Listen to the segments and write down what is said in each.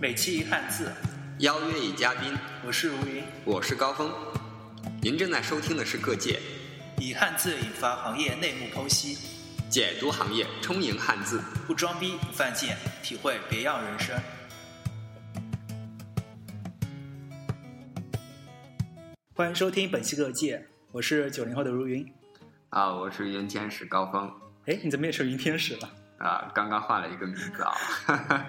每期汉字，邀约与嘉宾，我是吴云，我是高峰。您正在收听的是《各界以汉字引发行业内幕剖析，解读行业充盈汉字》，不装逼不犯贱，体会别样人生。欢迎收听本期《各界》，我是九零后的如云。啊，我是云天使高峰。哎，你怎么也成云天使了？啊，刚刚换了一个名字啊！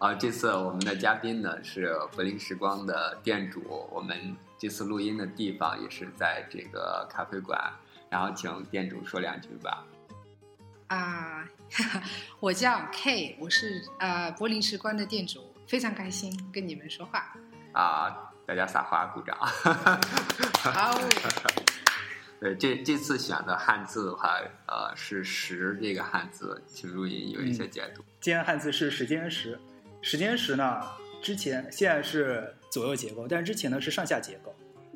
啊，这次我们的嘉宾呢是柏林时光的店主，我们这次录音的地方也是在这个咖啡馆，然后请店主说两句吧。啊、 我叫 K，我是呃柏林时光的店主，非常开心跟你们 说话。啊，大家撒花鼓掌。好、对，呃这这次选的汉字的话，呃，是“时”这个汉字，请如云有一嗯些解读。今天的汉字是时间时，时间时呢，之前现在是左右结构，但是之前呢是上下结构。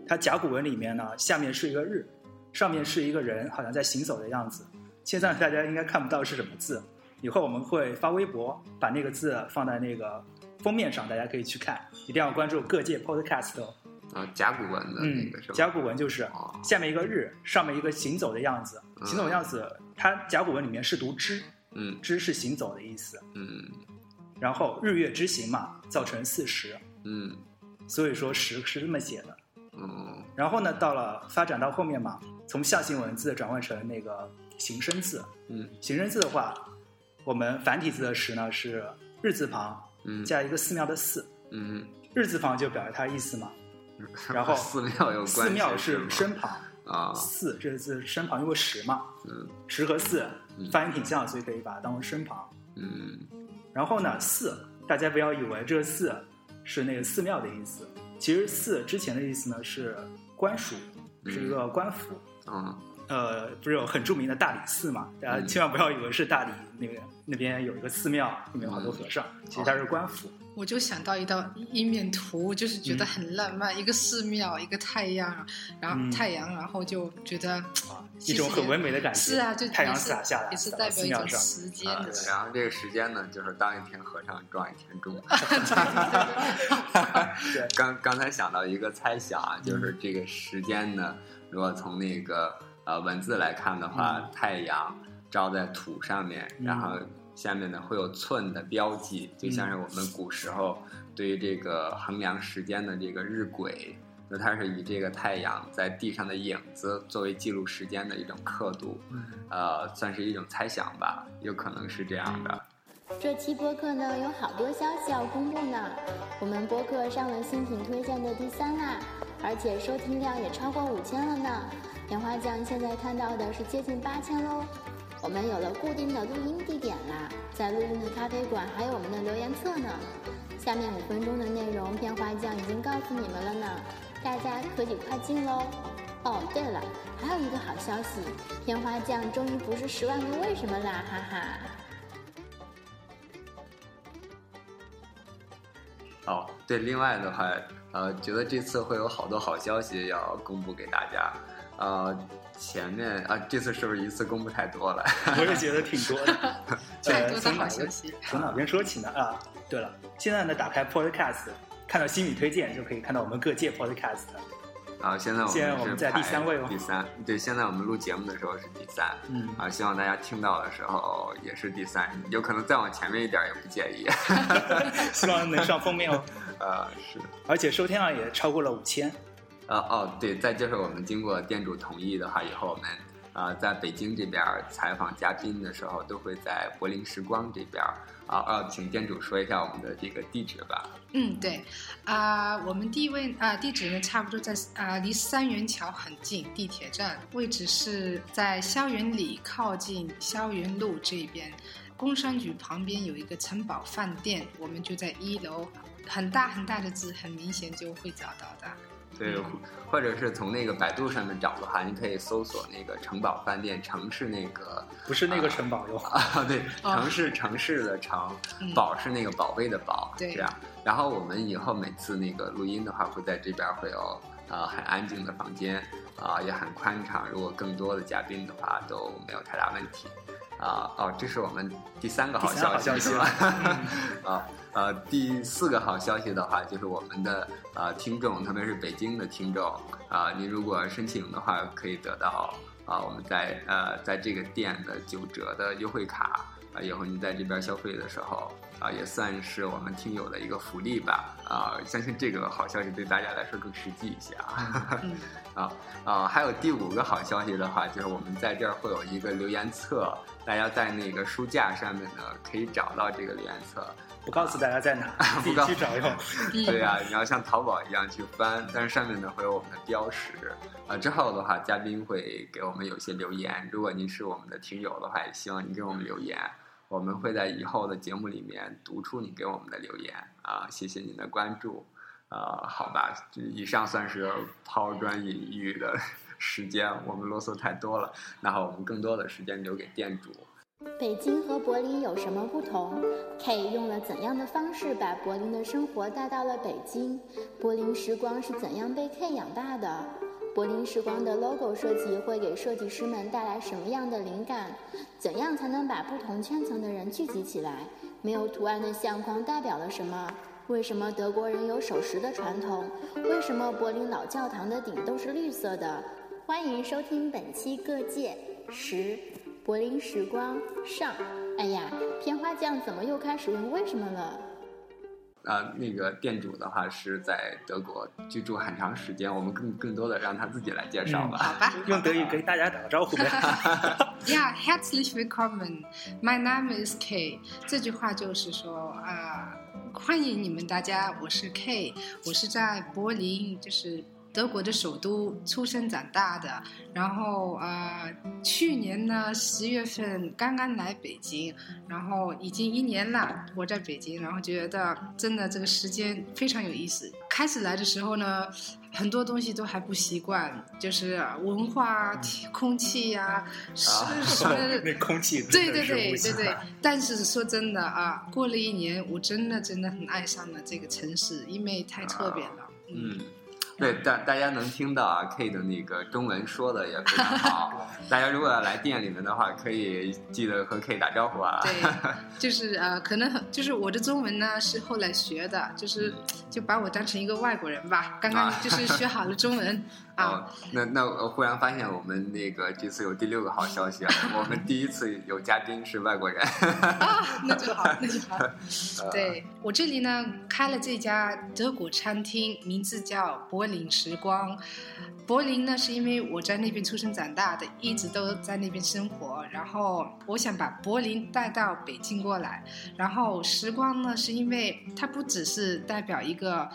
它甲骨文里面呢，下面是一个日，上面是一个人，好像在行走的样子。现在大家应该看不到是什么字，以后我们会发微博把那个字放在那个封面上，大家可以去看，一定要关注各界 podcast 哦。呃，甲骨文的那嗯个是吧？，甲骨文就是哦下面一个日，上面一个行走的样子。嗯行走的样子，它甲骨文里面是读之，嗯之是行走的意思。嗯然后日月之行嘛，造成四十，嗯所以说十是这么写的。嗯然后呢，到了发展到后面嘛，从象形文字转换成那个形声字。嗯形声字的话，我们繁体字的时呢是日字旁嗯加一个寺庙的寺，嗯，日字旁就表示它意思嘛。然后寺庙有关系寺庙是是吗身旁，啊，寺这个字身旁因为十嘛，嗯十和四嗯发音挺像，所以可以把它当成身旁。嗯然后呢，寺大家不要以为这个寺是那个寺庙的意思，其实寺之前的意思呢是官署，嗯是一个官府。嗯呃，不是有很著名的大理寺嘛？大家嗯千万不要以为是大理那个那边有一个寺庙，里面有好多和尚，其实它是官府。我就想到一道一面图，就是觉得很浪漫，一个寺庙，一个太阳，然后、嗯嗯太阳，然后就觉得啊，其一实种很唯美的感觉。是啊，就太阳也是洒下来，也是洒代到表寺一庙种上。时间啊的。， 然后这个时间呢，就是当一天和尚撞一天 钟。刚刚才想到一个猜想啊，就是这个时间呢，如果从那个呃文字来看的话，嗯太阳照在土上面，嗯嗯然后下面呢会有寸的标记，就像是我们古时候对于这个衡量时间的这个日晷。那它是以这个太阳在地上的影子作为记录时间的一种刻度，嗯呃，算是一种猜想吧，有可能是这样的。这期播客呢有好多消息要公布呢，我们播客上了新品推荐的第三啦，而且收听量也超过五千了呢。棉花酱现在看到的是接近八千喽，我们有了固定的录音地点啦，在录音的咖啡馆还有我们的留言册呢。下面五分钟的内容，棉花酱已经告诉你们了呢，大家可以快进喽。哦，对了，还有一个好消息，棉花酱终于不是十万个为什么啦，哈哈。哦，对，另外的话，呃，觉得这次会有好多好消息要公布给大家。呃，前面啊，这次是不是一次公布太多了？ 我也觉得挺多的。 太多呃的从哪好个消息，从哪边说起呢？啊，对了，现在呢，打开 Podcast，看到新语推荐就可以看到我们各界 Podcast。啊，现在我现在们我是们在第排三位吗第三，对，现在我们录节目的时候是第三。嗯，啊，希望大家听到的时候也是第三，有可能再往前面一点也不介意。 希望能上封面哦。呃，是，而且收听量也超过了五千。呃，哦，对，再就是我们经过店主同意的话，以后我们呃在北京这边儿采访嘉宾的时候，都会在柏林时光这边儿啊啊，请店主说一下我们的这个地址吧。嗯，对，啊、我们第一位啊、地址呢，差不多在啊、离三元桥很近，地铁站位置是在校园里靠近校园路这边，工商局旁边有一个城堡饭店，我们就在一楼，很大很大的字，很明显就会找到的。对，嗯或或者是从那个百度上面找的话，你可以搜索那个城堡饭店，城是那个不是那个城堡哟，啊，对，哦城市城市的城，嗯宝是那个宝贝的宝，对这样。然后我们以后每次那个录音的话，会在这边会有呃很安静的房间，啊、也很宽敞。如果更多的嘉宾的话，都没有太大问题。啊、哦，这是我们第三个好第三好消消息是了嗯吧？ 啊呃，第四个好消息的话，就是我们的呃听众，特别是北京的听众啊、您如果申请的话，可以得到啊、我们在呃在这个店的九折的优惠卡啊、以后您在这边消费的时候啊、也算是我们听友的一个福利吧啊、相信这个好消息对大家来说更实际一些啊。嗯，啊、还有第五个好消息的话，就是我们在这儿会有一个留言册，大家在那个书架上面呢可以找到这个留言册。不告诉大家在哪，自己告去找用。嗯对呀、你要像淘宝一样去翻，但是上面呢会有我们的标识。啊、之后的话，嘉宾会给我们有些留言，如果您是我们的听友的话，也希望您给我们留言，我们会在以后的节目里面读出你给我们的留言啊、谢谢您的关注。啊，好吧，就以上算是抛砖引玉的时间，我们啰嗦太多了，那好，我们更多的时间留给店主。北京和柏林有什么不同？K 用了怎样的方式把柏林的生活带到了北京？柏林时光是怎样被 K 养大的？柏林时光的 logo 设计会给设计师们带来什么样的灵感？怎样才能把不同圈层的人聚集起来？没有图案的相框代表了什么？为什么德国人有守时的传统？为什么柏林老教堂的顶都是绿色的？欢迎收听本期《各界十柏林时光上》。哎呀，片花酱怎么又开始问为什么了？呃，那个店主的话是在德国居住很长时间，我们更更多的让他自己来介绍吧。嗯好吧。用德语跟大家打个招呼呗。 Ja, herzlich willkommen. Mein Name ist K. 这句话就是说啊、欢迎你们大家，我是 K，我是在柏林，就是德国的首都出生长大的。然后啊、去年呢十月份刚刚来北京，然后已经一年了，我在北京，然后觉得真的这个时间非常有意思。开始来的时候呢，很多东西都还不习惯，就是文化啊、天空气呀、是是。 那空气对真的对是对无对形对的， 但是说真的啊，过了一年，我真的真的很爱上了这个城市，因为太特别了。嗯，嗯，对，大大家能听到啊，K 的那个中文说的也非常 好。大家如果要来店里面的话，可以记得和 K 打招呼啊。 对，就是呃，可能很就是我的中文呢是后来学的，就是就把我当成一个外国人吧。刚刚啊就是学好了中 文啊，哦，那那我忽然发现我们那个这次有第六个好消息啊，我们第一次有嘉宾是外国人。 啊那就好，那就好。对我这里呢，开了这家德国餐厅，名字叫柏林时光。柏林呢，是因为我在那边出生长大的，一直都在那边生活。然后我想把柏林带到北京过来。然后时光呢，是因为它不只是代表一个，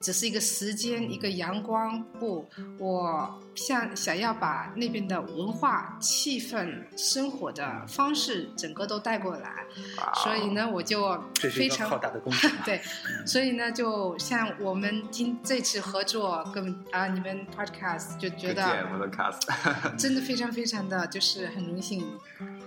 只是一个时间，一个阳光。不，我想想要把那边的文化、气氛、生活的方式，整个都带过来。哇哦所以呢，我就 这是非一个常浩大的工 程。对，所以呢，就像我们今这次合作跟啊你们 podcast，就推 觉得荐我的 cast，真的非常非常的就是很荣幸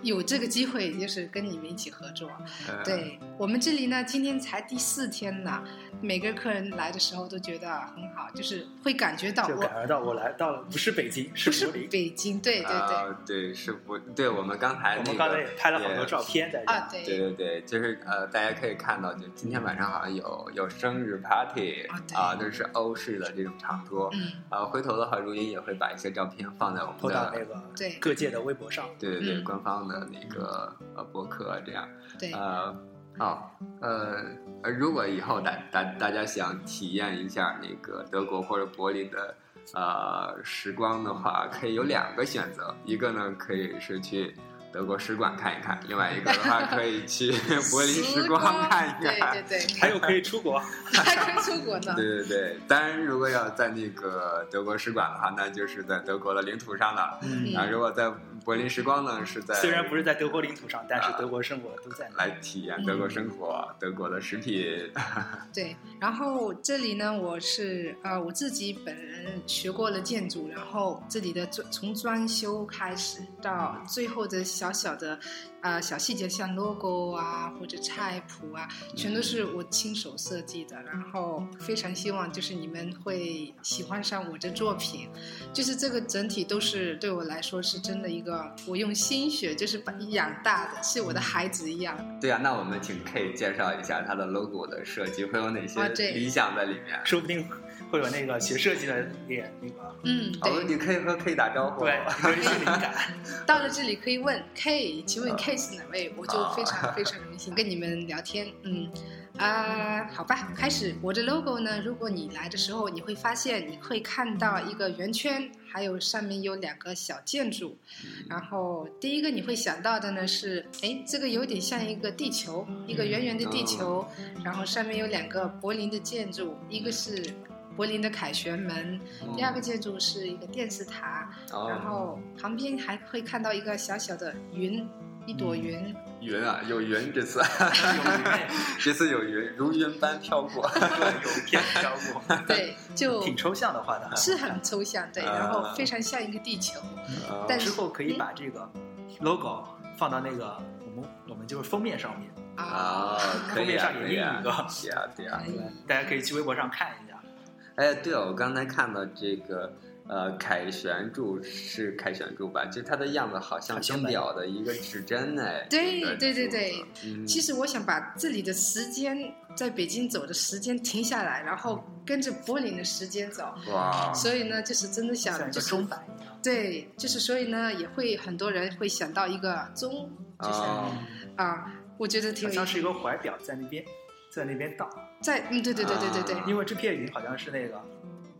有这个机会，就是跟你们一起合作。呃，对我们这里呢，今天才第四天呢，每个客人来的时候都觉得很好，就是会感觉到就感我觉到我来到了，不是北京，是不是柏林。北京，对对对，啊，对，是不，对我们刚才我那们个刚才也拍了好也多照片在这啊儿。对对。对对，就是呃，大家可以看到，就今天晚上好像有有生日 party 啊对啊，就是欧式的这种长桌嗯，啊。回头的话，如音也会把一些照片放在我们泼到的那个对各界的微博上，对对对嗯官方的那个呃博客这样对，呃哦呃呃，如果以后大大大家想体验一下那个德国或者柏林的。呃，时光的话可以有两个选择，一个呢可以是去德国使馆看一看，另外一个的话可以去 柏林时光看一看。对对对，还有可以出国。还可以出 国呢。对对对，当然如果要在那个德国使馆的话，那就是在德国的领土上了。嗯啊，如果在柏林时光呢，是在虽然不是在德国领土上，但是德国生活都在那。来体验德国生活、德国的食品。对，然后这里呢，我是呃我自己本人学过了建筑，然后这里的装从装修开始到最后的小小的呃小细节，像 logo 啊或者菜谱啊，全都是我亲手设计的。然后非常希望就是你们会喜欢上我的作品，就是这个整体都是对我来说是真的一个个我用心血就是把养大的，是我的孩子一样。对啊，那我们请 K 介绍一下它的 logo 的设计会有哪些啊对理想在里面？说不定会有那个学设计的脸那个，嗯，哦，对。你可以和 K 打招呼。对，有一些灵感。到了这里可以问 K，请问啊 K 是哪位？我就非常非常荣幸跟你们聊天。嗯，啊、好吧，开始。我的 logo 呢，如果你来的时候，你会发现你会看到一个圆圈，还有上面有两个小建筑。然后第一个你会想到的呢是，哎，这个有点像一个地球，一个圆圆的地球，然后上面有两个柏林的建筑，一个是柏林的凯旋门，嗯第二个建筑是一个电视塔。然哦，后旁边还会看到一个小小的云，一朵云。云啊，有云这次，有哎这次有云，如云般飘过。 片交互，对，就挺抽象的画的。是很抽象，对，啊然后非常像一个地球。哦 但之后可以把这个 logo 放到那个我们我们就是封面上面，啊，可以啊，封面上可也以印啊，一对个啊，对啊。可以大家可以去微博上看一下。哎，对了，我刚才看到这个呃凯旋柱是凯旋柱吧？就它的样子好像好像钟表的一个指针哎。对一个对对柱对子，嗯其实我想把这里的时间，在北京走的时间停下来，然后跟着柏林的时间走。嗯哇，所以呢，就是真的像想一个就啊是钟摆一样，对，就是所以呢，也会很多人会想到一个钟，就是哦啊，我觉得挺好有像意是一个怀表在那边，在那边倒，在嗯，对对对对对对啊因为这片云好像是那个，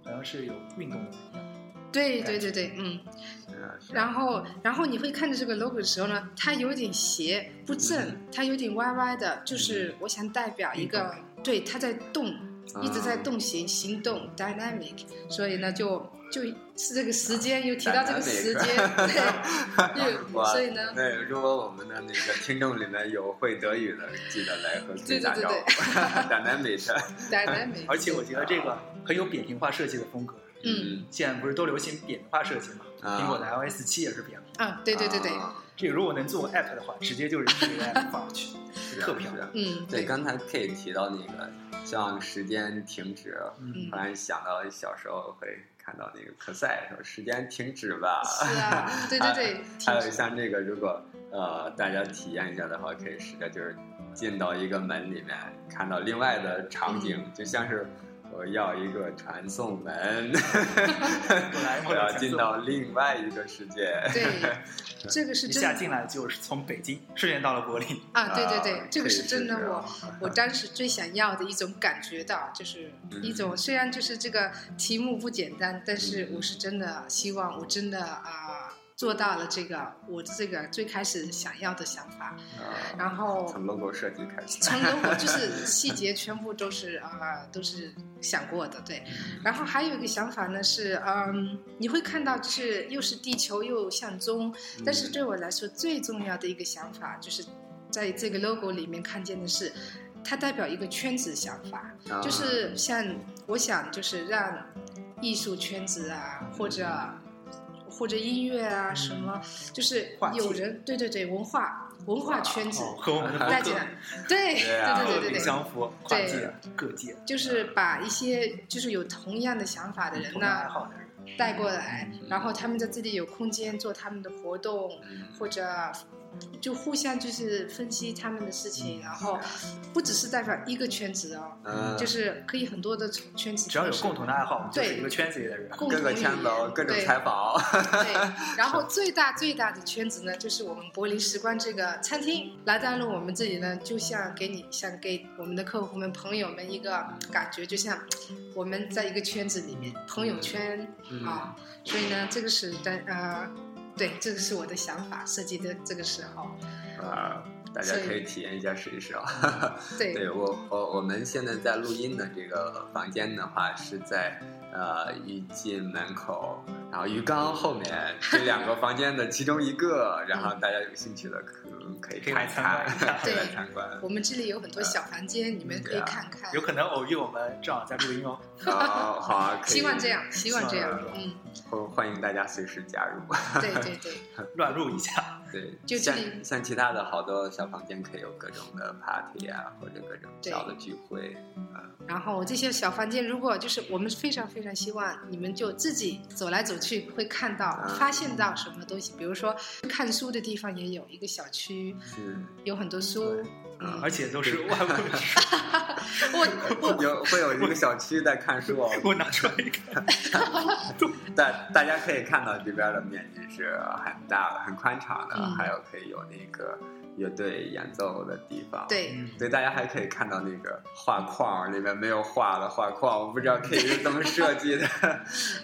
好像是有运动的嗯一样。对对对对，嗯。是啊是啊 然后，然后你会看着这个 logo 的时候呢，它有点斜不正，嗯它有点歪歪的，就是我想代表一个，对，它在动，一直啊在动行行动 dynamic，所以呢，就就是这个时间又提到这个时间，对，又 哇所以呢，对，如果我们的那个听众里面有会德语的，记得来和自己打招呼对 对，打南美的， dynamic，而且我觉得这个很有扁平化设计的风格。 嗯现在不是都流行扁平化设计吗？啊苹果的 iOS 七也是扁平。啊，对对对对，啊这个如果能做 app 的话，直接就是直接 app 放上去，是啊特漂是啊亮。嗯，对，刚才 K 提到那个像时间停止，嗯突然想到小时候会看到那个科赛说时间停止吧，是啊， 对对对，还有挺像这个，如果呃大家体验一下的话，可以试着就是进到一个门里面，看到另外的场景，嗯就像是我要一个传送门，嗯来我要啊进到另外一个世界。对，这个是一真下进来就是从北京顺便到了柏林，啊，对对啊对，这个是真的可以试试我啊。我当时最想要的一种感觉到，就是一种虽然就是这个题目不简单，但是嗯我是真的希望我真的啊、做到了这个我的这个最开始想要的想法，啊然后从 logo 设计开始，从头我就是细节全部都是啊、都是想过的，对。然后还有一个想法呢是，嗯，你会看到就是又是地球又像钟，嗯但是对我来说最重要的一个想法就是，在这个 logo 里面看见的是，它代表一个圈子想法，啊就是像我想就是让艺术圈子啊，或者或者音乐啊什么，就是话题有人对对对文化文化圈子哦，和我们的带进来，对对啊对对特对别对对。相符，跨界各界，就是把一些就是有同样的想法的人同呢、样爱好的人，带过来嗯，然后他们在这里有空间做他们的活动，嗯或者就互相就是分析他们的事情，然后不只是代表一个圈子哦，嗯，就是可以很多的圈子，只要有共同的爱好，我们就是对一个圈子里的人。共各同个语圈言子，各种对采访， 对，然后最大最大的圈子呢，就是我们柏林时光这个餐厅。来到了我们这里呢，就像给你，像给我们的客户们、朋友们一个感觉，就像我们在一个圈子里面，朋友圈、嗯啊。所以呢，这个是在呃，对，这个是我的想法设计的这个时候，啊，大家所以可以体验一下试一试啊。对对我我我们现在在录音的这个房间的话是在呃一进门口，然后鱼缸后面这两个房间的其中一个，然后大家有兴趣的可可以可以来看一看，参观一下 可以来嗯对参观。我们这里有很多小房间，你们可以看看有。可能偶遇我们正好在录音哦，好好啊，可以希望这，样，希望这样希望，嗯，欢欢迎大家随时加入。 对对对，乱入一下。对，就像这里像其他的好多小房间可以有各种的 party 啊，或者各种小的聚会，然后这些小房间，如果就是我们非常非常希望你们就自己走来走去，会看到、嗯发现到什么东西。比如说看书的地方也有一个小区，是有很多书对。嗯而且都是外国的书，我 我 有会有一个小区在看书哦，我拿出来一看，大大家可以看到这边的面积是很大的、很宽敞的，嗯还有可以有那个乐队演奏的地方。。对嗯对，大家还可以看到那个画框里面没有画的画框，我不知道 K 是怎么设计 的。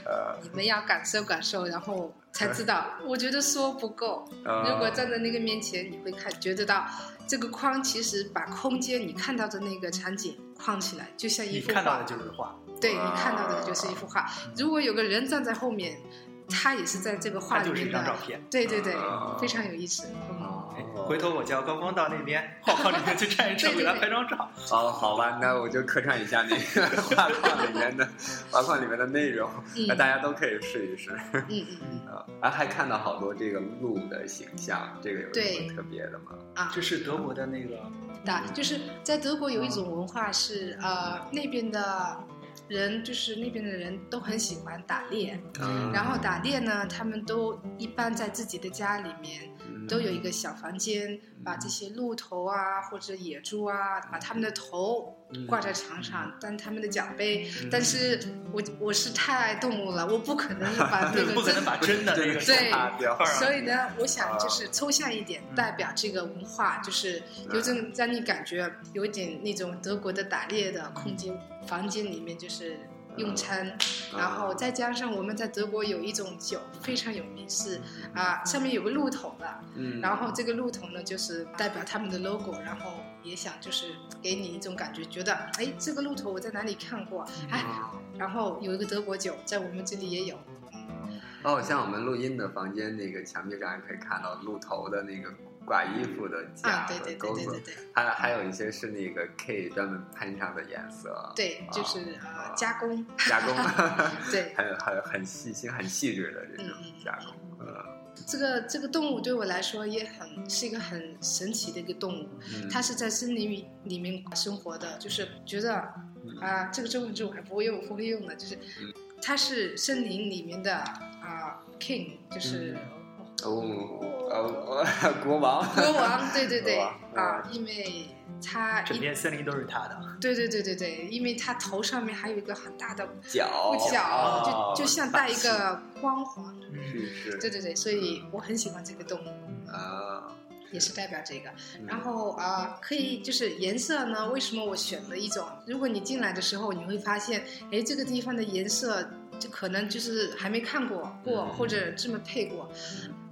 呃你们要感受感受，然后才知道。我觉得说不够，呃，啊如果站在那个面前，你会看觉得到这个框其实把空间你看到的那个场景框起来，就像一你幅看到画的。就是啊画，对你看到的就是一幅画。如果有个人站在后面，他也是在这个画它里就是面一张照的。片。对对对啊，非常有意思。嗯，哦哎回头我叫高光到那边画框里面去站一站，对给对他对拍张照。哦，好吧，那我就客串一下那个 画框里面的画框里面的内容，那嗯大家都可以试一试。嗯嗯嗯啊，啊还看到好多这个鹿的形象，这个有什对么特别的吗？啊这，是德国的那个，打就是在德国有一种文化是呃那边的人就是那边的人都很喜欢打猎，嗯然后打猎呢，他们都一般在自己的家里面嗯都有一个小房间，把这些鹿头啊或者野猪啊，把他们的头嗯挂在墙上，当他们的奖杯。嗯但是我我是太爱动物了，我不可能 把那不可能个真。把真的那个嗯对画啊，对，画上所以呢，我想就啊是抽象一点，嗯代表这个文化，就是有种让你感觉有点那种德国的打猎的空间嗯房间里面，就是用餐，然嗯后再加上我们在德国有一种酒非常有名，是嗯啊，上面有个鹿头的，嗯，然后这个鹿头呢就是代表他们的 logo，然后也想就是给你一种感觉，觉得哎这个鹿头我在哪里看过，哎，嗯然后有一个德国酒在我们这里也有，哦，像我们录音的房间那个墙壁上还可以看到鹿头的那个挂衣服的啊架对和对对钩对对子，对还还有一些是那个 K 专门喷上的颜色，对，就是啊呃加工， 加工，对 很很很细心、很细致的这种嗯嗯嗯加工，嗯这个这个动物对我来说也很是一个很神奇的一个动物，嗯，它是在森林里里面生活的，就是觉得嗯啊，这个中文字我还不会用，不会用呢，就是它是森林里面的啊 king，就是嗯哦哦 哦，国王，国王，对 对对国王啊，因为它整一片森林都是他的，对对对对对，因为它头上面还有一个很大的角鹿角，就就像戴一大个光环，嗯，哦是是，对对对，所以我很喜欢这个动物，啊，也是代表这个。嗯然后啊、呃可以就是颜色呢？为什么我选了一种？如果你进来的时候，你会发现，哎，这个地方的颜色就可能就是还没看过过，嗯或者这么配过。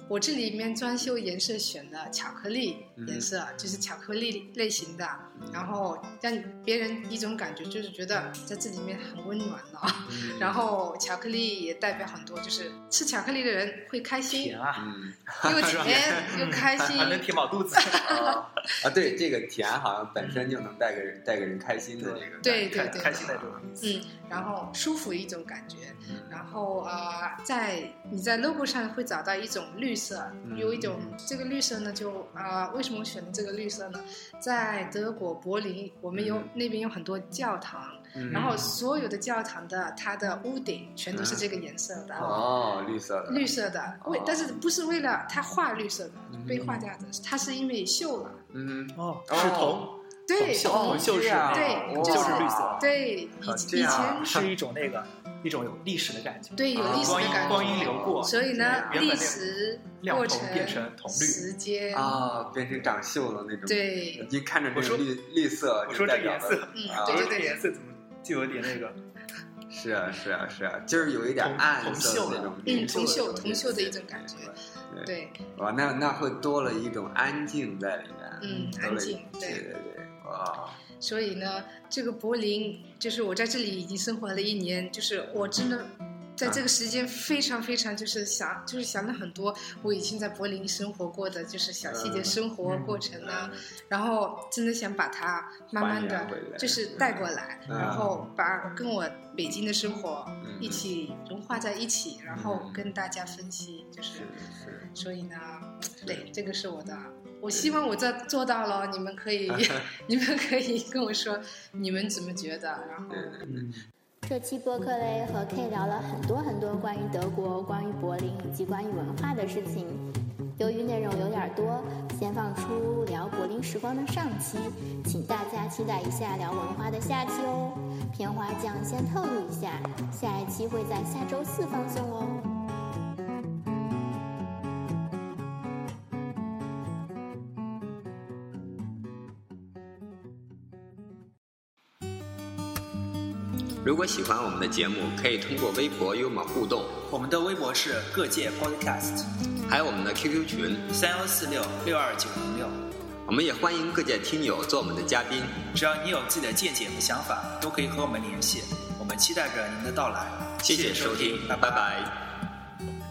我这里面装修颜色选的巧克力嗯颜色，就是巧克力类型的，然后让别人一种感觉，就是觉得在这里面很温暖了。嗯 然后巧克力也代表很多，就是吃巧克力的人会开心甜，啊，嗯。又 甜又开心，还能填饱 肚子。啊，啊对，这个甜好像本身就能带给人带给人开心的这个对感开觉开心的这种意思。嗯，然后舒服一种感觉，嗯然后啊、呃在你在 logo 上会找到一种绿色，嗯有一种这个绿色呢，就啊、呃为什么我选的这个绿色呢？在德国柏林，我们有、嗯那边有很多教堂，嗯然后所有的教堂的它的屋顶全都是这个颜色的。哦，绿色呃的绿色的，为、哦但是不是为了它画绿色的、嗯被画掉的，它是因为锈了。嗯，哦，哦是铜，对，啊锈哦铜锈这是哦样对哇就是绿色对，啊以这以样前是一种那个一种有历史的感觉，对有历啊史光的阴感觉。光阴流过，所以呢，原本那历个史亮过铜程变成铜绿时间，啊，变成长锈了那种，，对，您看着这我说种绿绿色我就说代这表颜了，色，嗯啊，我对说对这对颜色怎么就有点那个是啊是啊是啊，就是有一点铜暗铜色锈的的那种，嗯，铜锈锈铜锈的一种感觉，对，对，哇，那那会多了一种安静在里面，嗯多了安静对对对对，哇，所以呢，这个柏林就是我在这里已经生活了一年，就是我真的在这个时间非常非常就是想就是想了很多我以前在柏林生活过的就是小细嗯节生活过程啊，然后真的想把它慢慢还原回来的就是带过来，嗯然后把跟我北京的生活嗯一起融化在一起，然后嗯跟大家分析，就是是是，所以呢，对，这个是我的。我希望我这做到了，你们可 以，你们可以跟我说你们怎么觉得，然后嗯嗯，这期播客类和 K 聊了很多很多关于德国、关于柏林以及关于文化的事情。由于内容有点多，先放出聊柏林时光的上期，请大家期待一下聊文化的下期哦。片花酱先透露一下，下一期会在下周四放送哦。如果喜欢我们的节目，可以通过微博与我们互动，我们的微博是各界 Podcast 还有我们的 QQ 群。三幺四六六二九零六。我们也欢迎各界听友做我们的嘉宾。只要你有自己的见解和想法，都可以和我们联系。我们期待着您的到来。谢谢收听，拜拜